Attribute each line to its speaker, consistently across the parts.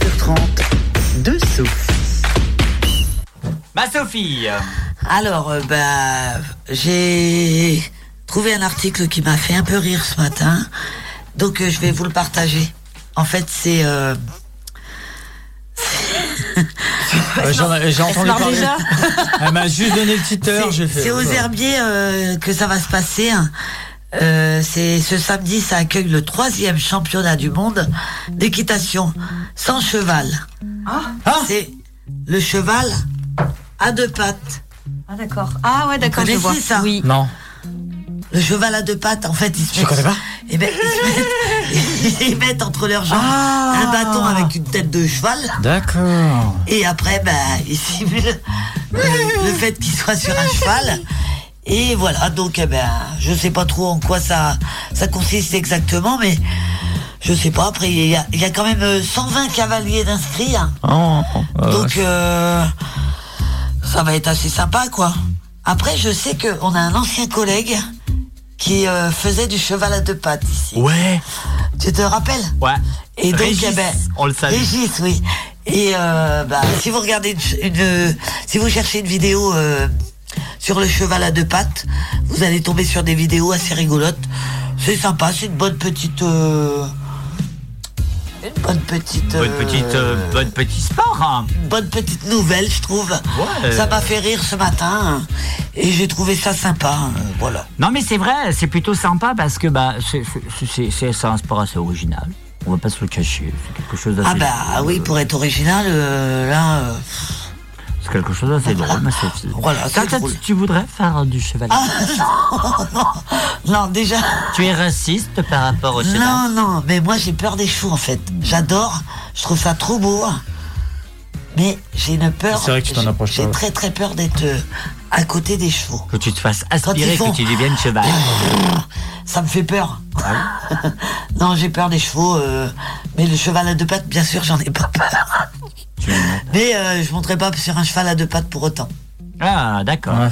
Speaker 1: 20h30, de Sophie.
Speaker 2: Ma Sophie
Speaker 3: Alors, euh, bah, j'ai trouvé un article qui m'a fait un peu rire ce matin. Donc, euh, je vais vous le partager. En fait, c'est. euh,
Speaker 4: Ouais, Euh, J'en ai- j'ai entendu parler. Elle m'a juste donné le titre, j'ai fait.
Speaker 3: C'est aux Herbiers euh, que ça va se passer. hein. Euh, c'est ce samedi, ça accueille le troisième championnat du monde d'équitation sans cheval.
Speaker 4: Ah.
Speaker 3: C'est le cheval à deux pattes.
Speaker 5: Ah d'accord. Ah ouais d'accord, je
Speaker 3: connaissez
Speaker 5: vois.
Speaker 3: ça
Speaker 5: Oui.
Speaker 4: Non.
Speaker 3: Le cheval à deux pattes, en fait, ils se
Speaker 4: Je connais pas.
Speaker 3: Eh ben, ils, se mettent, ils mettent entre leurs jambes
Speaker 4: Ah.
Speaker 3: un bâton avec une tête de cheval.
Speaker 4: D'accord.
Speaker 3: Et après, ben, il simule euh, le, le fait qu'il soit sur un cheval. Et voilà, donc eh ben, je sais pas trop en quoi ça, ça consiste exactement, mais je sais pas. Après, il y a, il y a quand même euh, 120 cavaliers d'inscrits. hein.
Speaker 4: Oh, euh,
Speaker 3: donc, euh, ça va être assez sympa, quoi. Après, je sais qu'on a un ancien collègue qui euh, faisait du cheval à deux pattes ici.
Speaker 4: euh,
Speaker 2: Ouais.
Speaker 3: Tu te rappelles
Speaker 2: Ouais.
Speaker 3: et donc,
Speaker 2: Régis,
Speaker 3: eh ben,
Speaker 2: on le salue.
Speaker 3: Régis, oui. Et euh, bah, si vous regardez une, une, euh, si vous cherchez une vidéo euh, sur le cheval à deux pattes, vous allez tomber sur des vidéos assez rigolotes. C'est sympa, c'est une bonne petite, euh, une bonne petite,
Speaker 2: Bonne
Speaker 3: euh,
Speaker 2: petite, euh, bonne petite sport. hein.
Speaker 3: une bonne petite nouvelle, je trouve.
Speaker 2: Ouais.
Speaker 3: Ça m'a fait rire ce matin hein, et j'ai trouvé ça sympa. hein, Voilà.
Speaker 2: Non mais c'est vrai, c'est plutôt sympa parce que bah c'est- c'est- c'est c'est- c'est un sport assez original. On va pas se le cacher, c'est quelque chose d'assez.
Speaker 3: Ah bah oui, pour être original, euh, là, euh,
Speaker 2: C'est quelque chose d'assez drôle, ma Sophie.
Speaker 3: Voilà, c'est
Speaker 2: Toi, toi,
Speaker 3: drôle. Ah.
Speaker 2: tu- tu voudrais faire du cheval
Speaker 3: non déjà.
Speaker 2: Tu es raciste par rapport au cheval
Speaker 3: Non, non, mais moi j'ai peur des chevaux en fait. J'adore, je trouve ça trop beau. hein. Mais j'ai une peur.
Speaker 4: C'est vrai que tu t'en
Speaker 3: j'ai-
Speaker 4: approches pas,
Speaker 3: J'ai
Speaker 4: ouais.
Speaker 3: très très peur d'être euh, à côté des chevaux.
Speaker 2: Que tu te fasses aspirer,
Speaker 3: ils font- Ah.
Speaker 2: que tu deviennes cheval.
Speaker 3: Ça me fait peur.
Speaker 4: Ah
Speaker 3: non, j'ai peur des chevaux. euh, mais le cheval à deux pattes, bien sûr, j'en ai pas peur.
Speaker 2: Tu-
Speaker 3: Mais euh, je monterai pas sur un cheval à deux pattes pour autant.
Speaker 2: Ah d'accord.
Speaker 4: Ouais.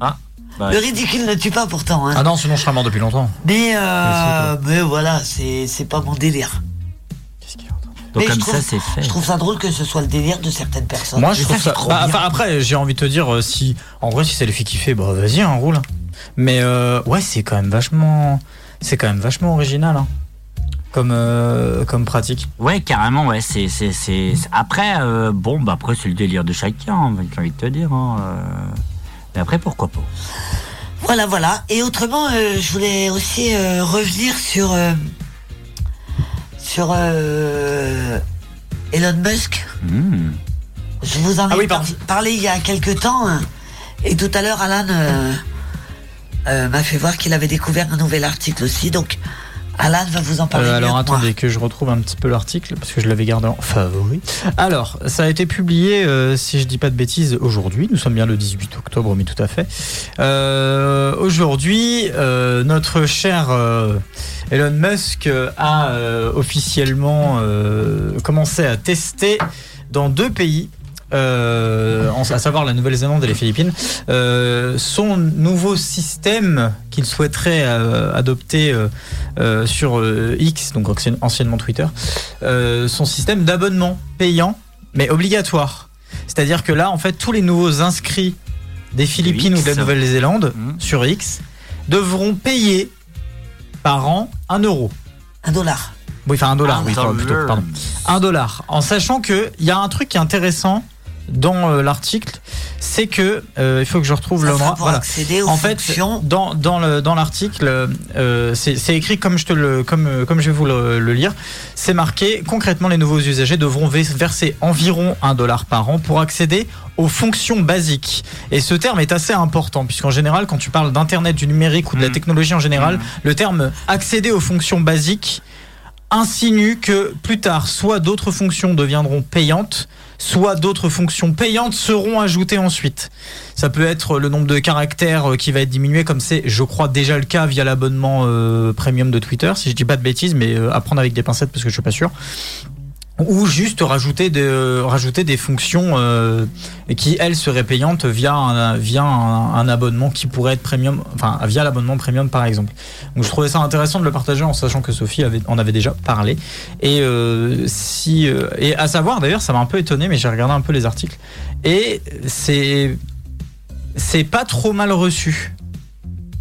Speaker 2: Ah, bah,
Speaker 3: Le ridicule ne tue pas pourtant. hein.
Speaker 4: Ah non, sinon je serais mort depuis longtemps.
Speaker 3: Mais, euh, mais voilà, c'est c'est pas mon délire.
Speaker 2: donc
Speaker 3: Mais
Speaker 2: comme
Speaker 3: je trouve-
Speaker 2: ça c'est fait.
Speaker 3: Je trouve ça drôle que ce soit le délire de certaines personnes.
Speaker 4: Moi, je
Speaker 3: Mais
Speaker 4: trouve
Speaker 3: c'est
Speaker 4: ça.
Speaker 3: trop
Speaker 4: bah,
Speaker 3: bien.
Speaker 4: enfin, après, j'ai envie de te dire, euh, si. En vrai, si c'est les filles qui fait, bah vas-y, hein, roule. Mais euh, ouais, c'est quand même vachement. C'est quand même vachement original, hein. Comme, euh, comme pratique.
Speaker 2: Ouais, carrément, ouais. C'est, c'est, c'est... Après, euh, bon, bah après, c'est le délire de chacun, j'ai envie de te dire. hein, euh. Mais après, pourquoi pas
Speaker 3: Voilà, voilà. Et autrement, euh, je voulais aussi euh, revenir sur euh, sur euh, Elon Musk.
Speaker 2: Hmm.
Speaker 3: Je vous en ai
Speaker 4: Ah oui,
Speaker 3: par-
Speaker 4: pardon.
Speaker 3: parlé il y a quelques temps. hein. Et tout à l'heure, Alan euh, euh, m'a fait voir qu'il avait découvert un nouvel article aussi. Donc, Alan va vous en parler.
Speaker 4: Euh, alors
Speaker 3: mieux que moi.
Speaker 4: attendez que je retrouve un petit peu l'article parce que je l'avais gardé en favori. Alors, ça a été publié, euh, si je dis pas de bêtises, aujourd'hui. Nous sommes bien le 18 octobre, mais tout à fait. Euh, aujourd'hui, euh, notre cher euh, Elon Musk euh, a euh, officiellement euh, commencé à tester dans deux pays. euh, en- à savoir la Nouvelle-Zélande et les Philippines, euh, son nouveau système qu'il souhaiterait euh, adopter euh, euh, sur euh, X, donc ancien- anciennement Twitter, euh, son système d'abonnement payant, mais obligatoire. C'est-à-dire que là, en fait, tous les nouveaux inscrits des Philippines
Speaker 2: X.
Speaker 4: ou de la Nouvelle-Zélande
Speaker 2: Mhm.
Speaker 4: sur X devront payer par an un euro.
Speaker 3: Un dollar.
Speaker 4: Oui, enfin un dollar, oui,
Speaker 2: Attends,
Speaker 4: plutôt,
Speaker 2: euh,
Speaker 4: Oh, pardon. Un dollar. En sachant que il y a un truc qui est intéressant dans euh, l'article, c'est que euh, il faut que je retrouve
Speaker 3: Ça
Speaker 4: le
Speaker 3: sera
Speaker 4: mois.
Speaker 3: pour
Speaker 4: Voilà.
Speaker 3: accéder aux
Speaker 4: En fait,
Speaker 3: fonctions.
Speaker 4: dans, dans le- dans l'article, euh, c'est c'est écrit comme je, te le, comme, euh, comme je vais vous le, le lire. C'est marqué concrètement, les nouveaux usagers devront ve- verser environ 1 dollar par an pour accéder aux fonctions basiques. Et ce terme est assez important, puisqu'en général, quand tu parles d'Internet, du numérique ou de la
Speaker 2: Mm.
Speaker 4: technologie en général,
Speaker 2: Mm.
Speaker 4: le terme accéder aux fonctions basiques insinue que plus tard, soit d'autres fonctions deviendront payantes, soit d'autres fonctions payantes seront ajoutées ensuite. Ça peut être le nombre de caractères euh, qui va être diminué, comme c'est, je crois, déjà le cas via l'abonnement euh, premium de Twitter, si je dis pas de bêtises, mais euh, à prendre avec des pincettes parce que je suis pas sûr. ou juste rajouter, de, rajouter des fonctions euh, qui elles seraient payantes via un, via un, un abonnement qui pourrait être premium, enfin via l'abonnement premium par exemple. Donc je trouvais ça intéressant de le partager en sachant que Sophie avait, en avait déjà parlé. Et euh, si euh, et à savoir d'ailleurs, ça m'a un peu étonné, mais j'ai regardé un peu les articles et c'est c'est pas trop mal reçu.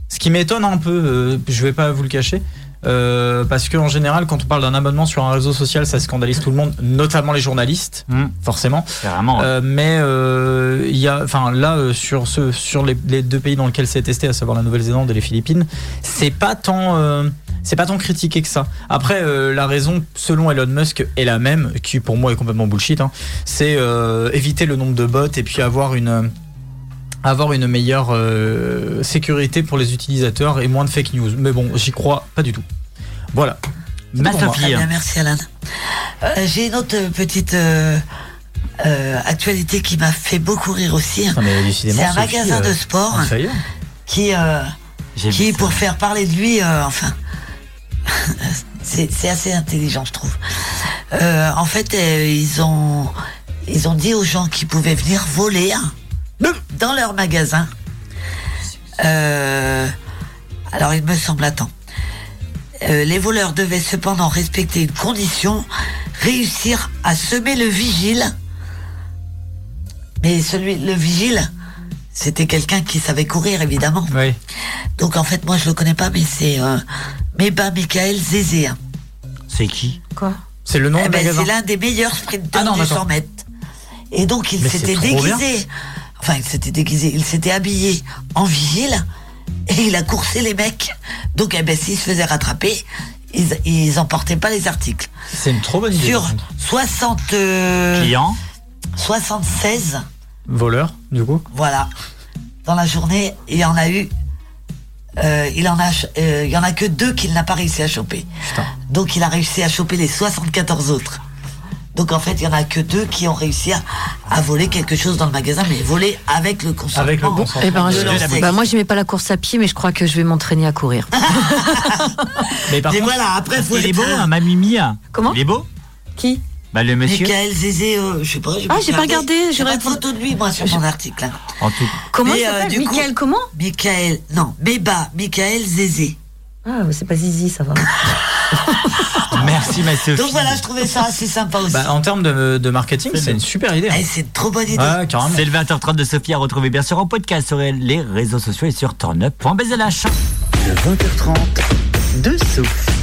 Speaker 4: Ce qui m'étonne un peu, euh, je vais pas vous le cacher. euh, parce que en général, quand on parle d'un abonnement sur un réseau social, ça scandalise tout le monde, notamment les journalistes,
Speaker 2: Hmm,
Speaker 4: forcément.
Speaker 2: c'est vraiment.
Speaker 4: Euh, mais euh, il y a, enfin là, euh, sur ce, sur les, les deux pays dans lesquels c'est testé, à savoir la Nouvelle-Zélande et les Philippines, c'est pas tant, euh, c'est pas tant critiqué que ça. Après, euh, la raison, selon Elon Musk, est la même, qui pour moi est complètement bullshit. hein. c'est euh, éviter le nombre de bots et puis avoir une euh, avoir une meilleure euh, sécurité pour les utilisateurs et moins de fake news. Mais bon, j'y crois pas du tout. Voilà.
Speaker 2: Ma
Speaker 4: Pour moi.
Speaker 2: Sophie.
Speaker 3: Très eh bien, merci Alan. Euh, J'ai une autre petite euh, euh, actualité qui m'a fait beaucoup rire aussi, hein,
Speaker 4: Non, mais décidément,
Speaker 3: C'est un
Speaker 4: Sophie,
Speaker 3: magasin de
Speaker 4: euh,
Speaker 3: sport.
Speaker 4: en faillite.
Speaker 3: qui, euh,
Speaker 2: J'ai vu
Speaker 3: qui
Speaker 2: ça.
Speaker 3: pour faire parler de lui, euh, enfin, c'est c'est assez intelligent, je trouve. Euh, en fait, euh, ils ont ils ont dit aux gens qui pouvaient venir voler hein, dans leur magasin. Euh, alors, il me semble, attends. Euh, les voleurs devaient cependant respecter une condition, réussir à semer le vigile. Mais celui, le vigile, c'était quelqu'un qui savait courir, évidemment.
Speaker 4: Oui.
Speaker 3: Donc en fait, moi je le connais pas, mais c'est euh, Meba Michael Zézé. hein.
Speaker 2: C'est qui
Speaker 5: Quoi
Speaker 4: C'est le nom
Speaker 3: Eh
Speaker 4: du
Speaker 3: ben,
Speaker 4: magasin.
Speaker 3: c'est l'un des meilleurs sprinteurs
Speaker 4: Ah non,
Speaker 3: du
Speaker 4: d'accord.
Speaker 3: 100 mètres. Et donc il
Speaker 4: Mais c'est
Speaker 3: s'était
Speaker 4: trop
Speaker 3: déguisé. Enfin, il s'était déguisé, il s'était habillé en vigile et il a coursé les mecs. Donc eh ben, s'ils se faisaient rattraper, ils, ils emportaient pas les articles.
Speaker 4: C'est une trop bonne idée.
Speaker 3: Sur
Speaker 4: par contre.
Speaker 3: 60, euh,
Speaker 2: Client
Speaker 3: 76,
Speaker 4: Voleur, du coup.
Speaker 3: voilà, dans la journée, il y en a eu. euh, il en a, ch- euh, il y en a que deux qu'il n'a pas réussi à choper.
Speaker 4: Putain.
Speaker 3: Donc il a réussi à choper les 74 autres. Donc en fait, il n'y en a que deux qui ont réussi à, à voler quelque chose dans le magasin, mais voler avec le consentement.
Speaker 4: Avec le consentement.
Speaker 6: Eh ben,
Speaker 3: de
Speaker 6: je-
Speaker 3: leur
Speaker 4: bah,
Speaker 3: sexe.
Speaker 6: Bah, moi, j'aimais pas la course à pied, mais je crois que je vais m'entraîner à courir.
Speaker 4: Mais par
Speaker 3: Et
Speaker 4: contre,
Speaker 3: voilà, après, faut
Speaker 2: Il est
Speaker 3: être,
Speaker 2: beau,
Speaker 3: euh,
Speaker 2: hein, ma Mimi. hein.
Speaker 6: Comment
Speaker 2: Il est beau
Speaker 6: Qui
Speaker 2: Bah, le monsieur.
Speaker 3: Michael Zézé, euh, je sais pas.
Speaker 6: Ah, j'ai pas regardé,
Speaker 3: J'ai
Speaker 6: j'aurais
Speaker 3: pas de
Speaker 6: pu-
Speaker 3: photo de lui, moi, sur mon article. hein.
Speaker 2: En tout.
Speaker 6: Comment
Speaker 3: Mais,
Speaker 6: il
Speaker 3: euh,
Speaker 6: s'appelle
Speaker 3: du coup-
Speaker 6: Michael, comment
Speaker 3: Michael, non, Béba, Michael Zézé.
Speaker 6: Ah, c'est pas Zizi, ça va.
Speaker 2: Merci, ma Sophie.
Speaker 3: Donc voilà, je trouvais ça assez sympa aussi.
Speaker 4: bah, en termes de, de marketing,
Speaker 2: C'est
Speaker 4: c'est
Speaker 2: bon.
Speaker 4: une super idée. hein.
Speaker 3: Eh, c'est une trop bonne idée.
Speaker 4: Ouais, carrément.
Speaker 2: C'est le 20h30 de Sophie à retrouver bien sûr en podcast sur les réseaux sociaux et sur turnup.bzlh.
Speaker 1: de 20h30, de souffle.